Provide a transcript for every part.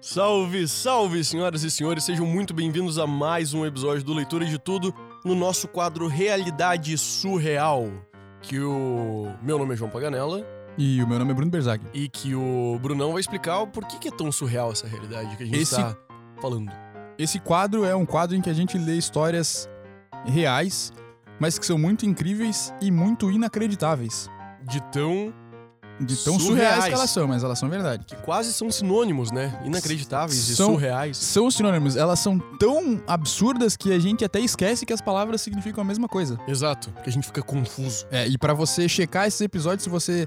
Salve, salve, senhoras e senhores, sejam muito bem-vindos a mais um episódio do Leitura de Tudo no nosso quadro Realidade Surreal. Que o. Meu nome é João Paganella E o meu nome é Bruno Berzag. e que o Brunão vai explicar o porquê que é tão surreal essa realidade que a gente Esse- está falando. Esse quadro é um quadro em que a gente lê histórias reais, mas que são muito incríveis e muito inacreditáveis. De tão. De tão surreais, Surreais. que elas são, mas elas são verdade. que quase são sinônimos, né? Inacreditáveis e São- surreais. São sinônimos, elas são tão absurdas que a gente até esquece que as palavras significam a mesma coisa. Exato, que a gente fica confuso. É, e pra você checar esses episódios, se você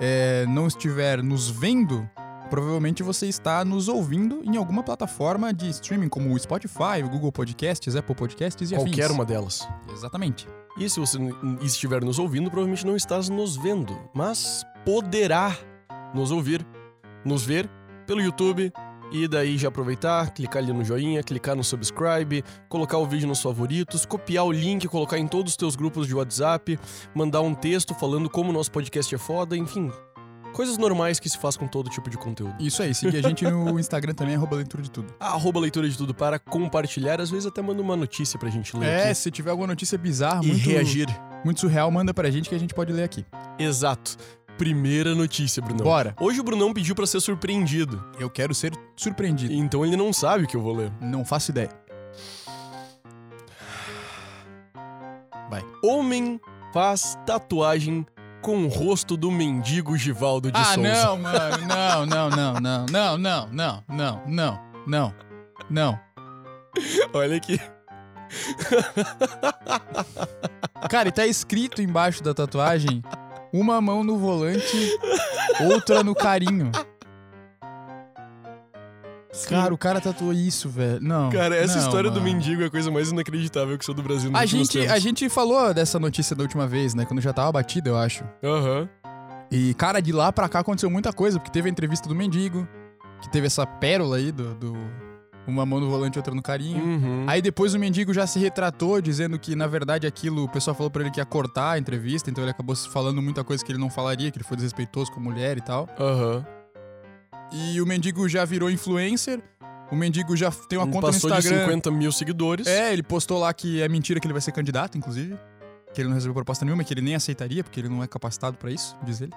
é, não estiver nos vendo, provavelmente você está nos ouvindo em alguma plataforma de streaming, como o Spotify, o Google Podcasts, Apple Podcasts e Qualquer afins. uma delas. Exatamente. E se você n- estiver nos ouvindo, provavelmente não estás nos vendo, mas poderá nos ouvir, nos ver pelo YouTube. E daí já aproveitar, clicar ali no joinha, clicar no subscribe, colocar o vídeo nos favoritos, copiar o link, colocar em todos os teus grupos de WhatsApp, mandar um texto falando como o nosso podcast é foda, enfim. Coisas normais que se faz com todo tipo de conteúdo. Isso aí, seguir a gente no Instagram também, arroba leitura de tudo. Arroba leitura de tudo para compartilhar, às vezes até manda uma notícia pra gente ler É, aqui se tiver alguma notícia bizarra, e muito, reagir. muito surreal, manda pra gente que a gente pode ler aqui. Exato. Primeira notícia, Brunão. Bora. Hoje o Brunão pediu pra ser surpreendido, Eu quero ser surpreendido. então ele não sabe o que eu vou ler. Não faço ideia. Homem faz tatuagem com o rosto do mendigo Givaldo de ah, Souza. não, mano. Não, não, não, não, não, não, não, não, não, não, não. Olha aqui. Cara, e tá escrito embaixo da tatuagem: uma mão no volante, outra no carinho. Cara, o cara tatuou isso, velho. Não. Cara, essa não, história do mano. mendigo é a coisa mais inacreditável que sou do Brasil nos A últimos gente, tempos. a gente falou dessa notícia da última vez, né? Quando já tava batida, eu acho. Aham. E, cara, de lá pra cá aconteceu muita coisa, porque teve a entrevista do mendigo, que teve essa pérola aí do. do uma mão no volante, outra no carinho. Uhum. Aí depois o mendigo já se retratou, dizendo que, na verdade, aquilo, o pessoal falou pra ele que ia cortar a entrevista, então ele acabou se falando muita coisa que ele não falaria, que ele foi desrespeitoso com a mulher e tal. Aham. E o mendigo já virou influencer, o mendigo já tem uma conta no Um Passou de Instagram. 50 mil seguidores. É, ele postou lá que é mentira que ele vai ser candidato, inclusive. Que ele não recebeu proposta nenhuma, que ele nem aceitaria, porque ele não é capacitado pra isso, diz ele.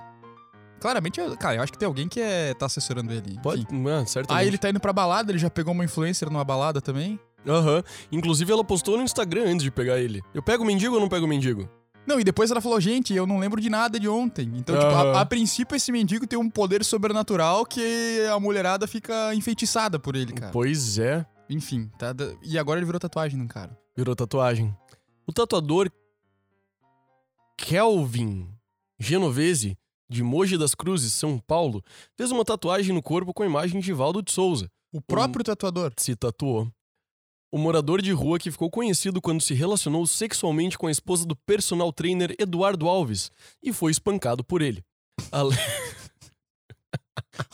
Claramente, eu- cara, eu acho que tem alguém que é, tá assessorando ele. enfim. Pode, mano, certamente. Aí ele tá indo pra balada, ele já pegou uma influencer numa balada também. Aham. Inclusive ela postou no Instagram antes de pegar ele. Eu pego o mendigo ou não pego o mendigo? Não, e depois ela falou, gente, eu não lembro de nada de ontem. Então, tipo, Aham. a, a princípio esse mendigo tem um poder sobrenatural que a mulherada fica enfeitiçada por ele, cara. Pois é. Enfim, tá, da- e agora ele virou tatuagem num cara. virou tatuagem. O tatuador Kelvin Genovese, de Mogi das Cruzes, São Paulo, fez uma tatuagem no corpo com a imagem de Valdo de Souza. O próprio tatuador. Se tatuou. O morador de rua que ficou conhecido quando se relacionou sexualmente com a esposa do personal trainer Eduardo Alves e foi espancado por ele. Ale-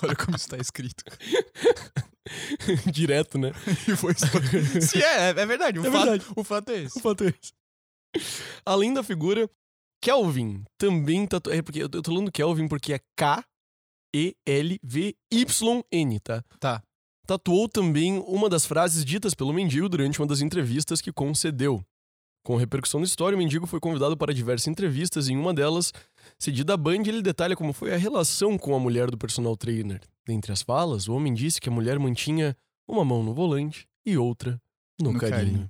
Olha como está escrito. Direto, né? e foi espancado. Sim, é, é verdade. O, É fato, verdade. o fato é esse. Além da figura, Kelvin também tatuou. É porque eu tô falando Kelvin porque é K-E-L-V-Y-N, tá? Tá. Tatuou também uma das frases ditas pelo mendigo durante uma das entrevistas que concedeu. Com repercussão da história, o mendigo foi convidado para diversas entrevistas e em uma delas, cedida à Band, ele detalha como foi a relação com a mulher do personal trainer. Dentre as falas, o homem disse que a mulher mantinha uma mão no volante e outra no, No carinho. carinho.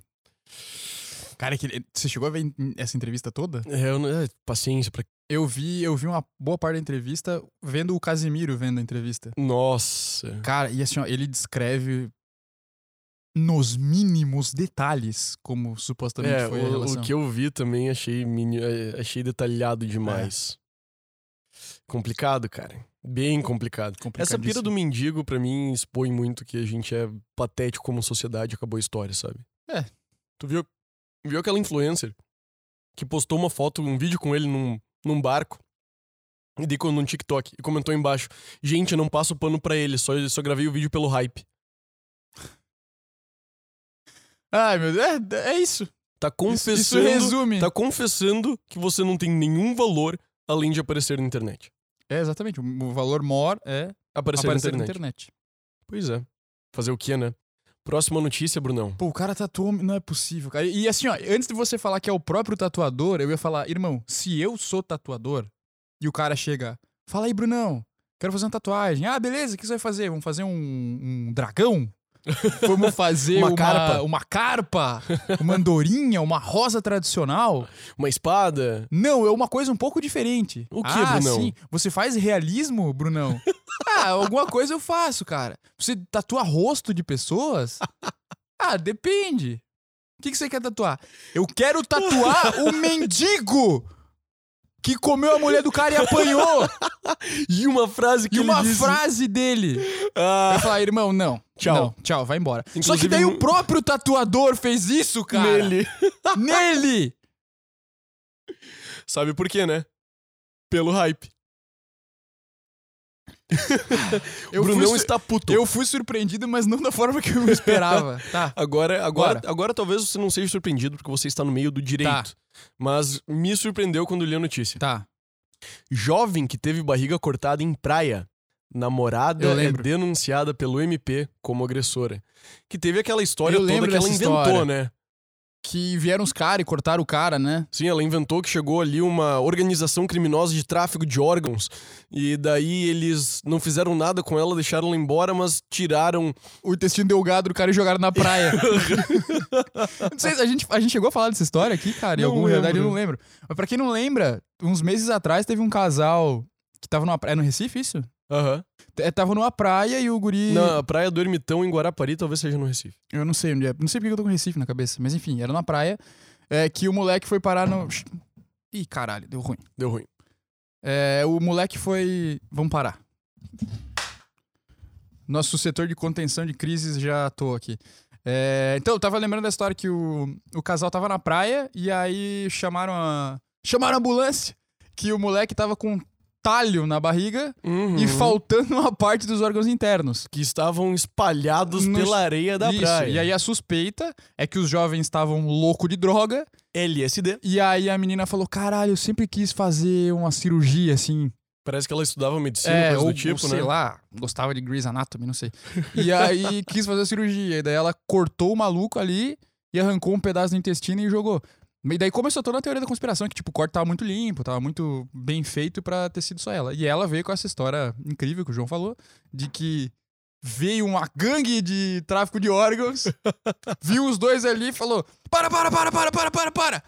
Cara, é que ele- você chegou a ver em- essa entrevista toda? É, eu não- é, paciência pra. Eu vi, eu vi uma boa parte da entrevista vendo o Casimiro vendo a entrevista. Nossa. Cara, e assim, ó, ele descreve nos mínimos detalhes como supostamente É, foi a o, relação. o que eu vi também achei, mini, eh, achei detalhado demais. É. Complicado, cara. Bem complicado. Essa pira do mendigo, pra mim, expõe muito que a gente é patético como sociedade, acabou a história, sabe? É. Tu viu, viu aquela influencer que postou uma foto, um vídeo com ele num, num barco e daí, num TikTok e comentou embaixo: Gente, eu não passo pano pra ele, só, só gravei o vídeo pelo hype. Ai, meu Deus, é, é isso. Tá Isso, confessando. isso resume. Tá confessando que você não tem nenhum valor além de aparecer na internet. É, exatamente. O- O valor maior é Aparecer, aparecer na, internet. na internet. Pois é. Fazer o quê, né? Próxima notícia, Brunão. Pô, o cara tatuou. Não é possível, cara. E assim, ó, antes de você falar que é o próprio tatuador, eu ia falar, irmão, se eu sou tatuador e o cara chega, fala aí, Brunão, quero fazer uma tatuagem. Ah, beleza, o que você vai fazer? Vamos fazer um, um dragão? Vamos fazer Uma uma, carpa. carpa, uma carpa, uma andorinha, uma rosa tradicional. Uma espada? Não, é uma coisa um pouco diferente. O que, ah, Brunão? Sim. Você faz realismo, Brunão? ah, alguma coisa eu faço, cara. Você tatua rosto de pessoas? Ah, depende. O que, que você quer tatuar? Eu quero tatuar o mendigo que comeu a mulher do cara e apanhou. E uma frase que e ele uma disse. frase dele. Ah, Eu falar, irmão, não. Tchau. Não, tchau, vai embora. Só que Inclusive, daí um- o próprio tatuador fez isso, cara. nele. Nele! Sabe por quê, né? Pelo hype. Eu o fui Brunão su- está puto. Eu fui surpreendido, mas não da forma que eu esperava. Tá. Agora, agora, agora talvez você não seja surpreendido porque você está no meio do direito. Mas me surpreendeu quando li a notícia. Tá. Jovem que teve barriga cortada em praia. Namorada Eu é lembro. denunciada pelo MP como agressora. Que teve aquela história Eu toda lembro que ela dessa inventou, história. né? Que vieram os caras e cortaram o cara, né? Sim, ela inventou que chegou ali uma organização criminosa de tráfico de órgãos. E daí eles não fizeram nada com ela, deixaram ela embora, mas tiraram. O intestino delgado do cara e jogaram na praia. não sei, se a gente, a gente chegou a falar dessa história aqui, cara, em Não alguma realidade eu lembro. não lembro. Mas pra quem não lembra, uns meses atrás teve um casal que tava numa praia. É no Recife isso? Aham. É, tava numa praia e o guri. Na praia do Ermitão, em Guarapari, talvez seja no Recife. Eu não sei onde é. Não sei porque eu tô com Recife na cabeça, mas enfim, era na praia. É que o moleque foi parar no. Ih, caralho, deu ruim. Deu ruim. É, o moleque foi. Vamos parar. Nosso setor de contenção de crises já atuou aqui. É, então, eu tava lembrando da história que o, o casal tava na praia e aí chamaram a. Chamaram a ambulância! Que o moleque tava com um talho na barriga Uhum. e faltando uma parte dos órgãos internos. Que estavam espalhados Nos- pela areia da Isso, praia. E aí a suspeita é que os jovens estavam louco de droga LSD. e aí a menina falou: caralho, eu sempre quis fazer uma cirurgia assim. Parece que ela estudava medicina, coisa do tipo, É, sei né? lá, gostava de Grey's Anatomy, não sei. E aí quis fazer a cirurgia, e daí ela cortou o maluco ali e arrancou um pedaço do intestino e jogou. E daí começou toda a teoria da conspiração, que tipo, o corte tava muito limpo, tava muito bem feito pra ter sido só ela. E ela veio com essa história incrível que o João falou, de que veio uma gangue de tráfico de órgãos, viu os dois ali e falou, para, para, para, para, para, para, para!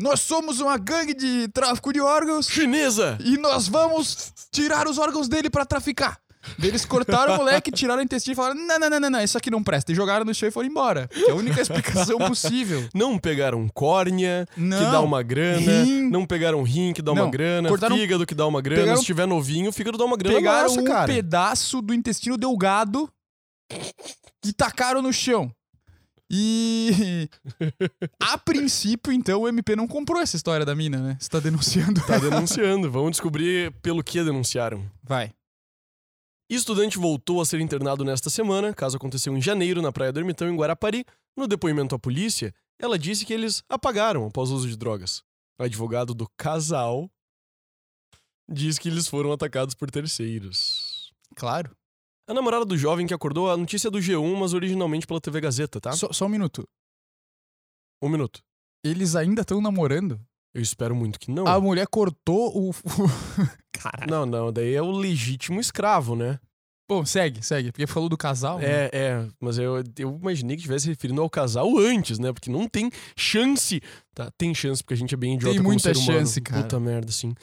Nós somos uma gangue de tráfico de órgãos Chinesa! e nós vamos tirar os órgãos dele pra traficar. Daí Eles cortaram o moleque, tiraram o intestino e falaram: não, não, não, não, não, isso aqui não presta. E jogaram no chão e foram embora. Que é a única explicação possível. Não pegaram córnea, Não. que dá uma grana. Rim. Não pegaram rim, que dá uma Não. grana. Cortaram- um Fígado, que dá uma grana. pegaram- Se tiver novinho, o fígado dá uma grana. Pegaram massa, um cara. pedaço do intestino delgado e tacaram no chão. E. A princípio, então, o MP não comprou essa história da mina, né? Você tá denunciando. Tá denunciando. Vamos descobrir pelo que denunciaram. Vai. Estudante voltou a ser internado nesta semana. Caso aconteceu em janeiro, na Praia do Ermitão, em Guarapari. No depoimento à polícia, ela disse que eles apagaram após o uso de drogas. O advogado do casal diz que eles foram atacados por terceiros. Claro. A namorada do jovem que acordou a notícia é do G1, mas originalmente pela TV Gazeta, tá? Só, só um minuto. Um minuto. Eles ainda estão namorando? Eu espero muito que não. A mulher cortou o. Caralho. Não, não, daí é o legítimo escravo, né? Bom, segue, segue. Porque falou do casal. né? É, é, mas eu, eu imaginei que estivesse referindo ao casal antes, né? Porque não tem chance. Tá, tem chance, porque a gente é bem idiota Tem como muita ser humano. chance, cara. Puta merda, sim.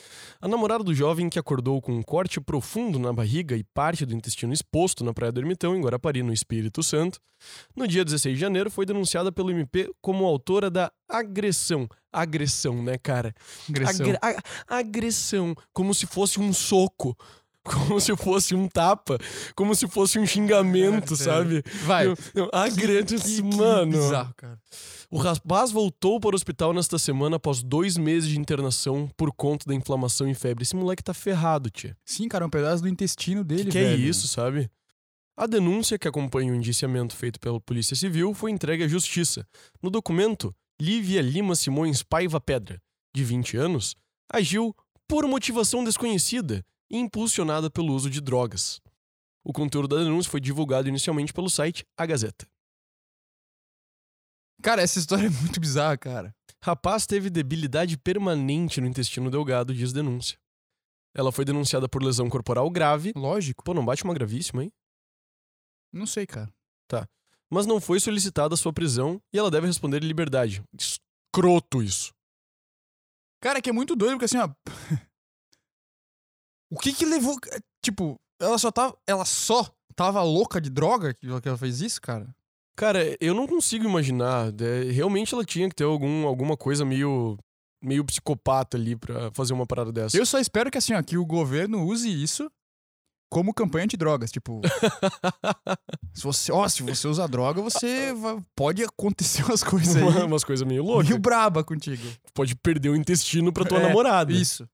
A namorada do jovem que acordou com um corte profundo na barriga e parte do intestino exposto na Praia do Ermitão, em Guarapari, no Espírito Santo, no dia 16 de janeiro foi denunciada pelo MP como autora da agressão. Agressão, né, cara? Agressão. Agre- a- agressão, como se fosse um soco, como se fosse um tapa, como se fosse um xingamento, É, sério. sabe? Vai. Eu- eu- agressão, Que- que mano. bizarro, cara. O rapaz voltou para o hospital nesta semana após dois meses de internação por conta da inflamação e febre. Esse moleque tá ferrado, tia. Sim, cara, é um pedaço do intestino dele, que que é velho. isso, sabe? A denúncia que acompanha o indiciamento feito pela Polícia Civil foi entregue à Justiça. No documento, Lívia Lima Simões Paiva Pedra, de 20 anos, agiu por motivação desconhecida e impulsionada pelo uso de drogas. O conteúdo da denúncia foi divulgado inicialmente pelo site A Gazeta. Cara, essa história é muito bizarra, cara. Rapaz teve debilidade permanente no intestino delgado, diz denúncia. Ela foi denunciada por lesão corporal grave. Lógico. Pô, não bate uma gravíssima, hein? Não sei, cara. Mas não foi solicitada sua prisão e ela deve responder em liberdade. Escroto isso. Cara, que é muito doido, porque assim, ó. o que que levou. Tipo, ela só tava. Ela só tava louca de droga que ela que ela fez isso, cara? Cara, eu não consigo imaginar. né? realmente ela tinha que ter algum, alguma coisa meio, meio psicopata ali pra fazer uma parada dessa. Eu só espero que assim, ó, que o governo use isso como campanha antidrogas. Tipo, se você, ó, se você usa droga, você vai- pode acontecer umas coisas aí. Umas coisas meio loucas. Meio braba contigo. Pode perder o intestino pra tua É, namorada. Isso.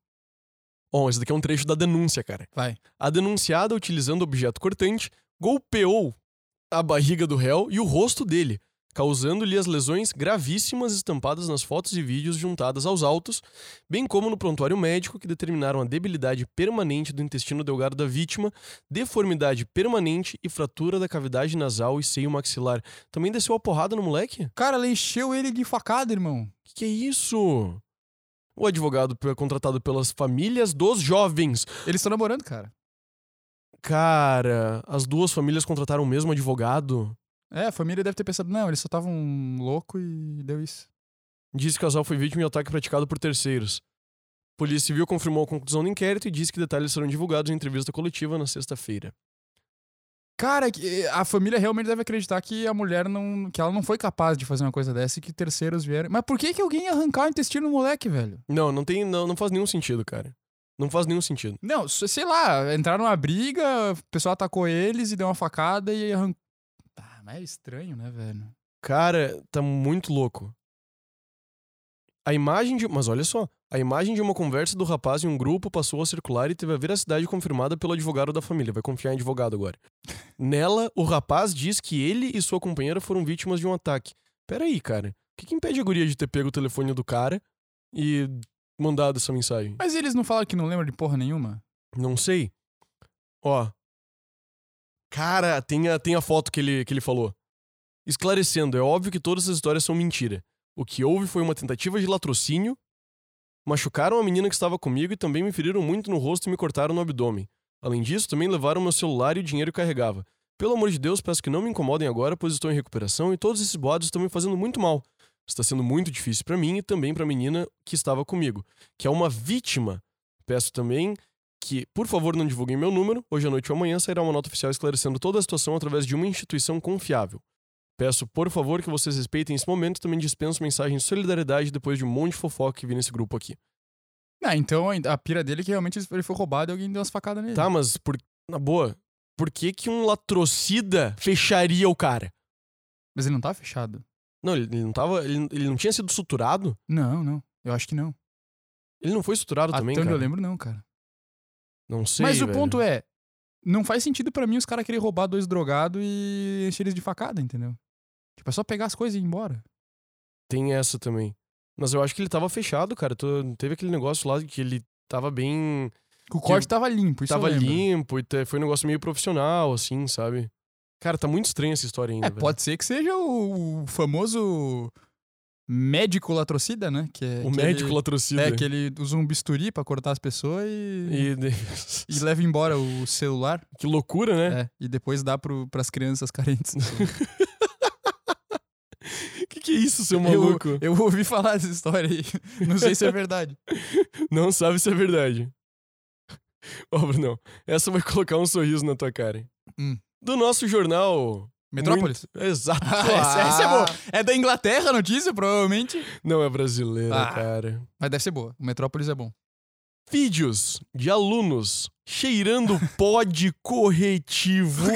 Ó, esse daqui é um trecho da denúncia, cara. Vai. A denunciada, utilizando objeto cortante, golpeou a barriga do réu e o rosto dele, causando-lhe as lesões gravíssimas estampadas nas fotos e vídeos juntadas aos autos, bem como no prontuário médico, que determinaram a debilidade permanente do intestino delgado da vítima, deformidade permanente e fratura da cavidade nasal e seio maxilar. Também desceu a porrada no moleque? Cara, ela encheu ele de facada, irmão. Que que é isso? O advogado é contratado pelas famílias dos jovens Eles estão namorando, cara. Cara, as duas famílias contrataram o mesmo advogado. É, a família deve ter pensado, não, eles só estavam louco e deu isso. Diz que o casal foi vítima de ataque praticado por terceiros. Polícia Civil confirmou a conclusão do inquérito e disse que detalhes serão divulgados em entrevista coletiva na sexta-feira. Cara, que- a família realmente deve acreditar que a mulher não. que ela não foi capaz de fazer uma coisa dessa e que terceiros vieram. Mas por que, que alguém ia arrancar o intestino do moleque, velho? Não, não tem, não, não faz nenhum sentido, cara. Não faz nenhum sentido. Não, s- sei lá, entraram numa briga, o pessoal atacou eles e deu uma facada e arrancou. Ah, mas é estranho, né, velho? Cara, tá muito louco. A imagem de, mas olha só, a imagem de uma conversa do rapaz em um grupo passou a circular e teve a veracidade confirmada pelo advogado da família. Vai confiar em advogado agora. Nela, o rapaz diz que ele e sua companheira foram vítimas de um ataque. Peraí, cara. O que, que impede a guria de ter pego o telefone do cara e mandado essa mensagem? Mas eles não falaram que não lembram de porra nenhuma? Não sei. Ó. Cara, tem a, tem a foto que ele, que ele falou. Esclarecendo, é óbvio que todas essas histórias são mentira. O que houve foi uma tentativa de latrocínio. Machucaram a menina que estava comigo e também me feriram muito no rosto e me cortaram no abdômen. Além disso, também levaram meu celular e o dinheiro que carregava. Pelo amor de Deus, peço que não me incomodem agora, pois estou em recuperação e todos esses boatos estão me fazendo muito mal. Está sendo muito difícil para mim e também para a menina que estava comigo, que é uma vítima. Peço também que, por favor, não divulguem meu número. Hoje à noite ou amanhã sairá uma nota oficial esclarecendo toda a situação através de uma instituição confiável. Peço, por favor, que vocês respeitem esse momento. Também dispenso mensagem de solidariedade depois de um monte de fofoca que vi nesse grupo aqui. Ah, então a- a pira dele é que realmente ele foi roubado e alguém deu umas facadas nele. Tá, mas, por... na boa, por que que um latrocida fecharia o cara? Mas ele não tá fechado? Não, ele ele não tava... Ele, ele não tinha sido suturado? Não, não. Eu acho que não. Ele não foi suturado também, Até onde cara? eu lembro, não, cara. Não sei, Mas o ponto é, não faz sentido pra mim os caras quererem roubar dois drogados e encher eles de facada, entendeu? Tipo, é só pegar as coisas e ir embora. Tem essa também. Mas eu acho que ele tava fechado, cara. Tô- Teve aquele negócio lá que ele tava bem... O corte tava limpo, isso Tipo, tava eu lembro. limpo e te- foi um negócio meio profissional, assim, sabe? Cara, tá muito estranha essa história ainda. É, velho. pode ser que seja o, o famoso médico latrocida, né? Que é, O que médico ele, latrocida. É, que ele usa um bisturi pra cortar as pessoas e, E- e leva embora o celular. que loucura, né? É, e depois dá pro, pras crianças carentes. Uhum. Que que é isso, seu maluco? Eu ouvi falar dessa história aí. Não sei se é verdade. Não sabe se é verdade. Ó, Brunão, essa vai colocar um sorriso na tua cara. hein? Hum. Do nosso jornal. Metrópolis? Muito- Exato. Ah, essa, essa é boa. É da Inglaterra a notícia, provavelmente. Não é brasileira, Ah. cara. Mas deve ser boa. O Metrópolis é bom. Vídeos de alunos cheirando pó de corretivo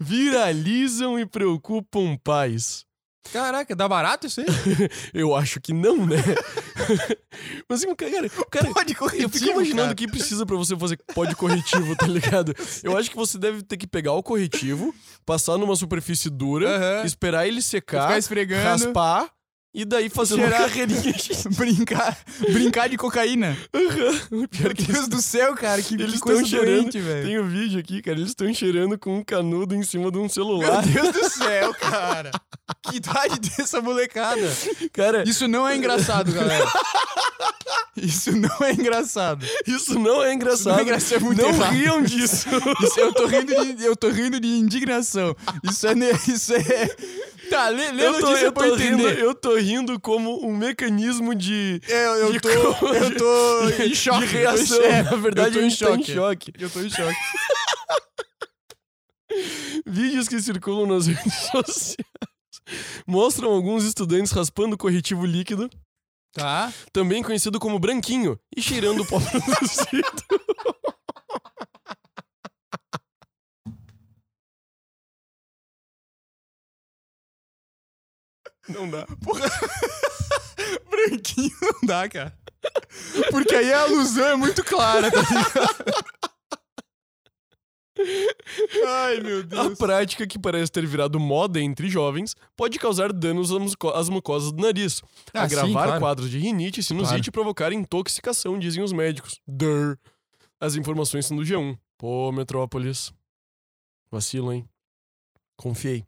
viralizam e preocupam pais. Caraca, dá barato isso aí? Eu acho que não, né? Mas assim, cara, cara, Pode corretivo, eu fico imaginando cara. o que precisa pra você fazer pode corretivo, tá ligado? Eu acho que você deve ter que pegar o corretivo, passar numa superfície dura, Aham. esperar ele secar, Ficar esfregando, raspar e daí fazer uma Cheirar. carreirinha. brincar, brincar de cocaína. Pior que Meu Deus do céu, cara, que, Eles que estão coisa cheirando. doente, velho. Tem o vídeo aqui, cara. Eles estão cheirando com um canudo em cima de um Meu celular. Deus do céu, cara. Que idade dessa molecada. Cara, Isso não é engraçado, galera. Isso não é engraçado. isso não é Isso engraçado. não é engraçado, é muito Não errado. riam disso. Isso- eu, tô rindo de, eu tô rindo de indignação. Isso é. ne- Isso é... Tá, lê, lê a Eu tô, notícia eu, pra eu tô rindo, entender. eu tô rindo como um mecanismo de, Eu, eu de tô, co- eu tô em de choque. reação. É, Na verdade, eu tô a em gente tá em choque. choque. Eu tô em choque. Vídeos que circulam nas redes sociais mostram alguns estudantes raspando corretivo líquido, Tá? também conhecido como branquinho, e cheirando o pó produzido. Não dá. Porra. Branquinho não dá, cara. Porque aí a alusão é muito clara, tá ligado? Ai, meu A Deus. prática, que parece ter virado moda entre jovens, pode causar danos às musco- às mucosas do nariz, Ah, sim, agravar claro. quadros de rinite, sinusite e provocar intoxicação, dizem os médicos. Durr. As informações são do G1. Pô, Metrópolis. Vacilo, hein? Confiei.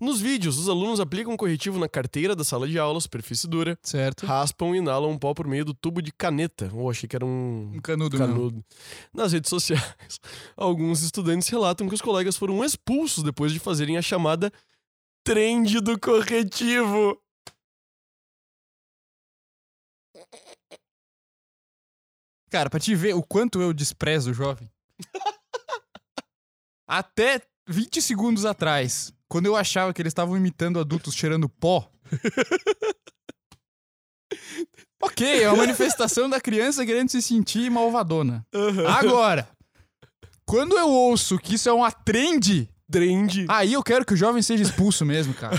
Nos vídeos, os alunos aplicam corretivo na carteira da sala de aula, superfície dura, Certo. raspam e inalam um pó por meio do tubo de caneta. Oh, achei que era um Um canudo, mesmo. canudo. Nas redes sociais, alguns estudantes relatam que os colegas foram expulsos depois de fazerem a chamada trend do corretivo. Cara, pra te ver o quanto eu desprezo o jovem. Até 20 segundos atrás, quando eu achava que eles estavam imitando adultos cheirando pó. ok, é uma manifestação da criança querendo se sentir malvadona. Agora, quando eu ouço que isso é uma trend, Trend. aí eu quero que o jovem seja expulso mesmo, cara.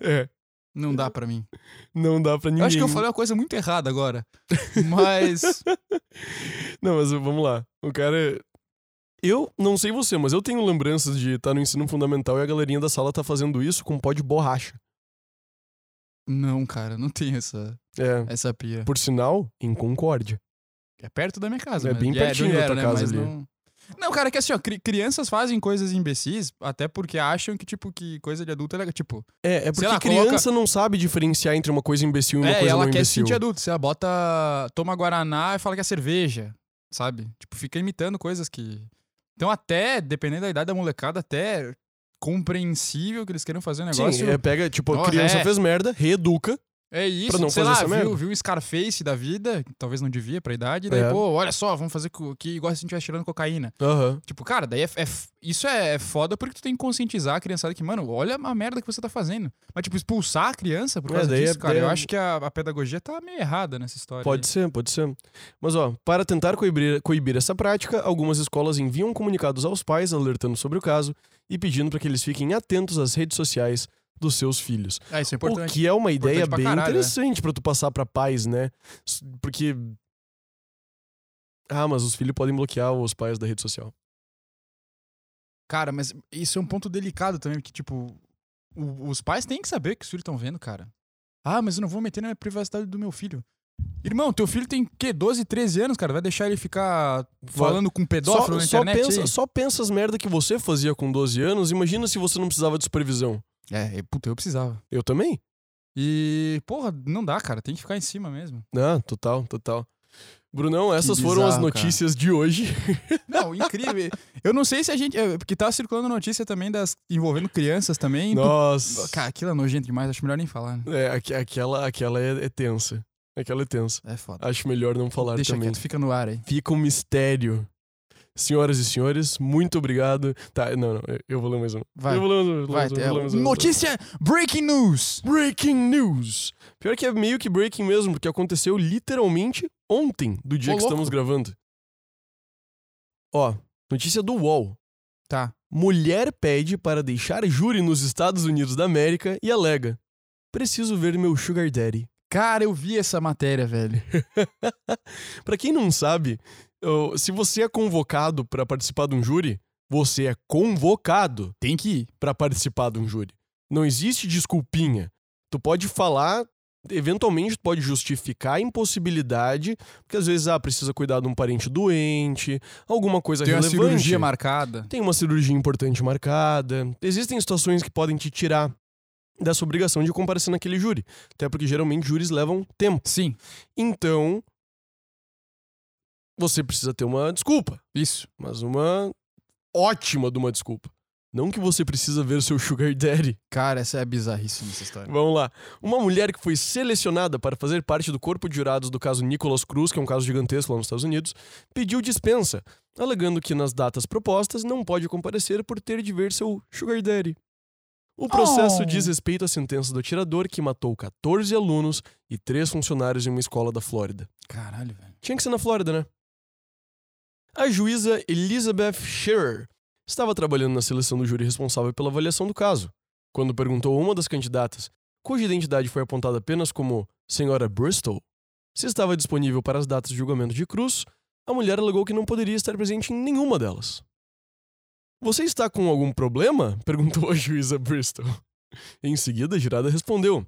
É, Não dá pra mim. não dá pra ninguém. Eu acho que eu falei uma coisa muito errada agora. Mas. Não, mas vamos lá. O cara. é- Eu não sei você, mas eu tenho lembranças de estar no ensino fundamental e a galerinha da sala tá fazendo isso com pó de borracha. Não, cara, não tem essa, É. essa pia. Por sinal, em Concórdia. É perto da minha casa. É mas- bem e pertinho de onde da tua casa ali. né? Não... não, cara, é que assim, ó, cri- crianças fazem coisas imbecis até porque acham que, tipo, que coisa de adulto é legal. Tipo, É, é porque lá, criança não sabe diferenciar entre uma coisa imbecil e uma é, coisa ela não quer se imbecil. sentir adulto. Você bota. toma Guaraná e fala que é cerveja, sabe? Tipo, fica imitando coisas que. Então, até, dependendo da idade da molecada, até compreensível que eles queiram fazer um negócio. Sim, é, pega, tipo, a Nossa, criança é. fez merda, reeduca. É isso, Pra não sei fazer lá, essa merda. viu, viu o Scarface da vida, que talvez não devia pra idade, daí, É. pô, olha só, vamos fazer co- que igual se a gente estivesse tirando cocaína. Aham. Tipo, cara, daí é, é f- isso é foda porque tu tem que conscientizar a criançada que, mano, olha a merda que você tá fazendo. Mas, tipo, expulsar a criança por É, causa daí é- disso, cara, daí eu é- acho que a, a pedagogia tá meio errada nessa história. Pode ser, pode ser. Mas ó, para tentar coibir, coibir essa prática, algumas escolas enviam comunicados aos pais alertando sobre o caso e pedindo para que eles fiquem atentos às redes sociais dos seus filhos. aí. Ah, isso é O importante. que é uma ideia Importante pra bem caralho, né? interessante pra tu passar pra pais, né? S- Porque Ah, mas os filhos podem bloquear os pais da rede social. Cara, mas isso é um ponto delicado também, porque, tipo, o- os pais têm que saber que os filhos estão vendo, cara. Ah, mas eu não vou meter na privacidade do meu filho. Irmão, teu filho tem, quê, 12, 13 anos, cara? Vai deixar ele ficar falando com pedófilo só, na só internet? é pensa, só pensa as merda que você fazia com 12 anos, imagina se você não precisava de supervisão. aí? É, e, puta, eu precisava. Eu também? E, porra, não dá, cara. Tem que ficar em cima mesmo. Ah, total, total. Brunão, essas foram as bizarro, cara. notícias de hoje. Não, incrível. eu não sei se a gente... é, Porque tá circulando notícia também das envolvendo crianças também. então, Nossa. Cara, aquilo é nojento demais. Acho melhor nem falar, né? É, aque- aquela, aquela é, é tensa. Aquela é tensa. É foda. Acho melhor não falar Deixa também. quieto, fica no ar aí. Fica um mistério. Senhoras e senhores, muito obrigado. Tá, não, não, eu- eu vou ler mais uma. Vai. Eu vou ler mais uma. Vai, eu vou ler mais é, uma. notícia breaking news. Breaking news! Pior que é meio que breaking mesmo, porque aconteceu literalmente ontem, do dia Ô, que louco. estamos gravando. Ó, notícia do UOL. Tá. Mulher pede para deixar júri nos Estados Unidos da América e alega: Preciso ver meu Sugar Daddy. Cara, eu vi essa matéria, velho. Pra quem não sabe, eu- se você é convocado pra participar de um júri, você é convocado Tem que ir. pra participar de um júri. Não existe desculpinha. Tu pode falar, eventualmente tu pode justificar a impossibilidade, porque às vezes ah, precisa cuidar de um parente doente, alguma coisa Tem uma Tá relevante. cirurgia marcada. Tem uma cirurgia importante marcada. Existem situações que podem te tirar dessa obrigação de comparecer naquele júri, até porque geralmente júris levam tempo. Sim, Então, você precisa ter uma desculpa, isso. mas uma ótima de uma desculpa. Não que você precisa ver seu sugar daddy. Cara, essa é bizarríssima essa história. Vamos lá. Uma mulher que foi selecionada para fazer parte do corpo de jurados do caso Nicholas Cruz, que é um caso gigantesco lá nos Estados Unidos, pediu dispensa, alegando que nas datas propostas não pode comparecer por ter de ver seu sugar daddy. O processo Oh. diz respeito à sentença do atirador que matou 14 alunos e 3 funcionários em uma escola da Flórida. Caralho, velho. Tinha que ser na Flórida, né? A juíza Elizabeth Scherer estava trabalhando na seleção do júri responsável pela avaliação do caso, quando perguntou a uma das candidatas, cuja identidade foi apontada apenas como Senhora Bristol, se estava disponível para as datas de julgamento de Cruz, a mulher alegou que não poderia estar presente em nenhuma delas. Você está com algum problema? perguntou a juíza Bristol. Em seguida, a girada respondeu: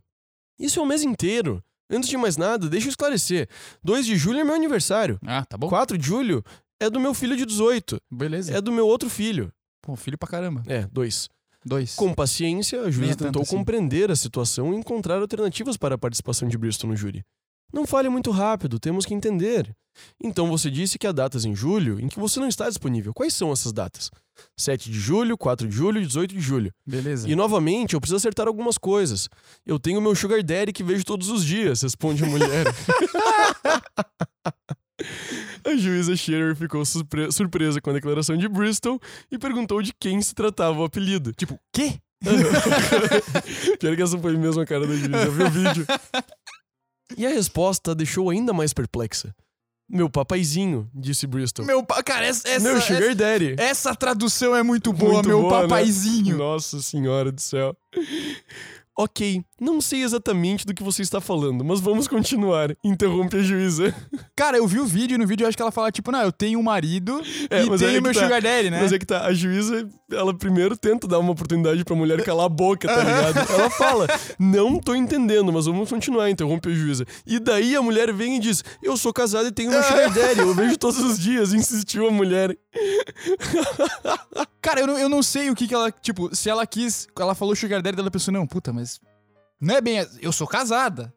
Isso é o mês inteiro. Antes de mais nada, deixa eu esclarecer. 2 de julho é meu aniversário. Ah, tá bom? 4 de julho é do meu filho de 18. Beleza. É do meu outro filho. Pô, filho pra caramba. É, dois. Dois. Com paciência, a Nem é juíza tanto tentou assim. compreender a situação e encontrar alternativas para a participação de Bristol no júri. Não fale muito rápido, temos que entender. Então você disse que há datas em julho em que você não está disponível. Quais são essas datas? 7 de julho, 4 de julho, 18 de julho. Beleza. E novamente, eu preciso acertar algumas coisas. Eu tenho meu sugar daddy que vejo todos os dias, responde a mulher. a juíza Scherer ficou surpre- surpresa com a declaração de Bristol e perguntou de quem se tratava o apelido. Tipo, Quê? Pior que essa foi mesmo a cara da juíza, eu vi o vídeo. E a resposta a deixou ainda mais perplexa. Meu papaizinho, disse Bristol. Meu pa... Cara, essa, essa, meu sugar daddy. essa, essa tradução é muito boa, Muito meu boa, né? papaizinho. Nossa senhora do céu. Ok, não sei exatamente do que você está falando, mas vamos continuar. Interrompe a juíza. Cara, eu vi o vídeo e no vídeo eu acho que ela fala, tipo, não, eu tenho um marido É, e mas aí tenho que meu tá. sugar daddy, né? Mas é que tá, a juíza, ela primeiro tenta dar uma oportunidade pra mulher calar a boca, tá ligado? Ela fala, não tô entendendo, mas vamos continuar, interrompe a juíza. E daí a mulher vem e diz, eu sou casada e tenho meu sugar daddy, eu vejo todos os dias, insistiu a mulher. Cara, eu não, eu não sei o que que ela, tipo, se ela quis, ela falou sugar daddy, ela pensou, não, puta, mas não é bem, eu sou casada,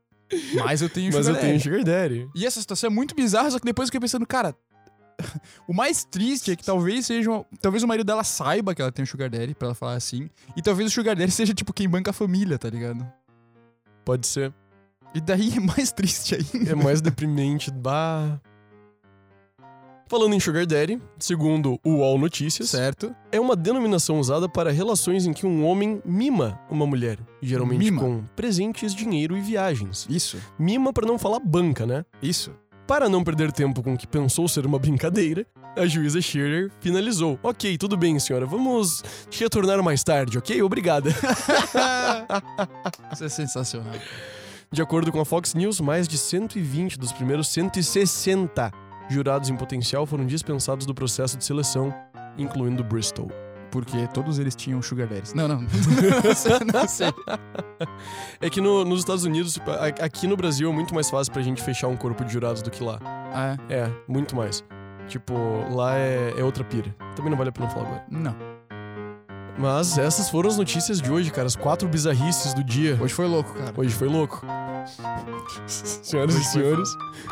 mas eu tenho Mas sugar eu tenho daddy. sugar daddy. E essa situação é muito bizarra, só que depois eu fiquei pensando, cara, o mais triste é que talvez seja, uma- talvez o marido dela saiba que ela tem um sugar daddy, pra ela falar assim, e talvez o sugar daddy seja, tipo, quem banca a família, tá ligado? Pode ser. E daí é mais triste ainda. É mais deprimente, bah. Falando em sugar daddy, segundo o UOL Notícias, Certo? é uma denominação usada para relações em que um homem mima uma mulher, geralmente Mima. com presentes, dinheiro e viagens. Isso, Mima para não falar banca, né? isso. Para não perder tempo com o que pensou ser uma brincadeira, a juíza Scherer finalizou. Ok, tudo bem, senhora. Vamos te retornar mais tarde, ok? Obrigada. Isso é sensacional. De acordo com a Fox News, mais de 120 dos primeiros 160 jurados em potencial foram dispensados do processo de seleção, incluindo Bristol. Porque todos eles tinham sugar daddies. Não, não. não sei, não sei. É que no- nos Estados Unidos, a- aqui no Brasil é muito mais fácil pra gente fechar um corpo de jurados do que lá. Ah, é. É, muito mais. Tipo, lá é, é outra pira. Também não vale a pena falar agora. não. Mas essas foram as notícias de hoje, cara. As quatro bizarrices do dia. Hoje foi louco, cara. Hoje foi louco. Senhoras e Hoje foi senhores,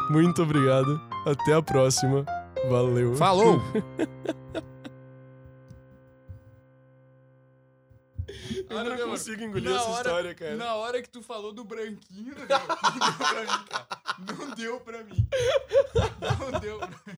muito obrigado. Até a próxima. Valeu. Falou! Eu não consigo engolir Na essa hora- história, cara. Na hora que tu falou do branquinho, não deu pra mim, cara. Não deu pra mim. Não deu pra mim.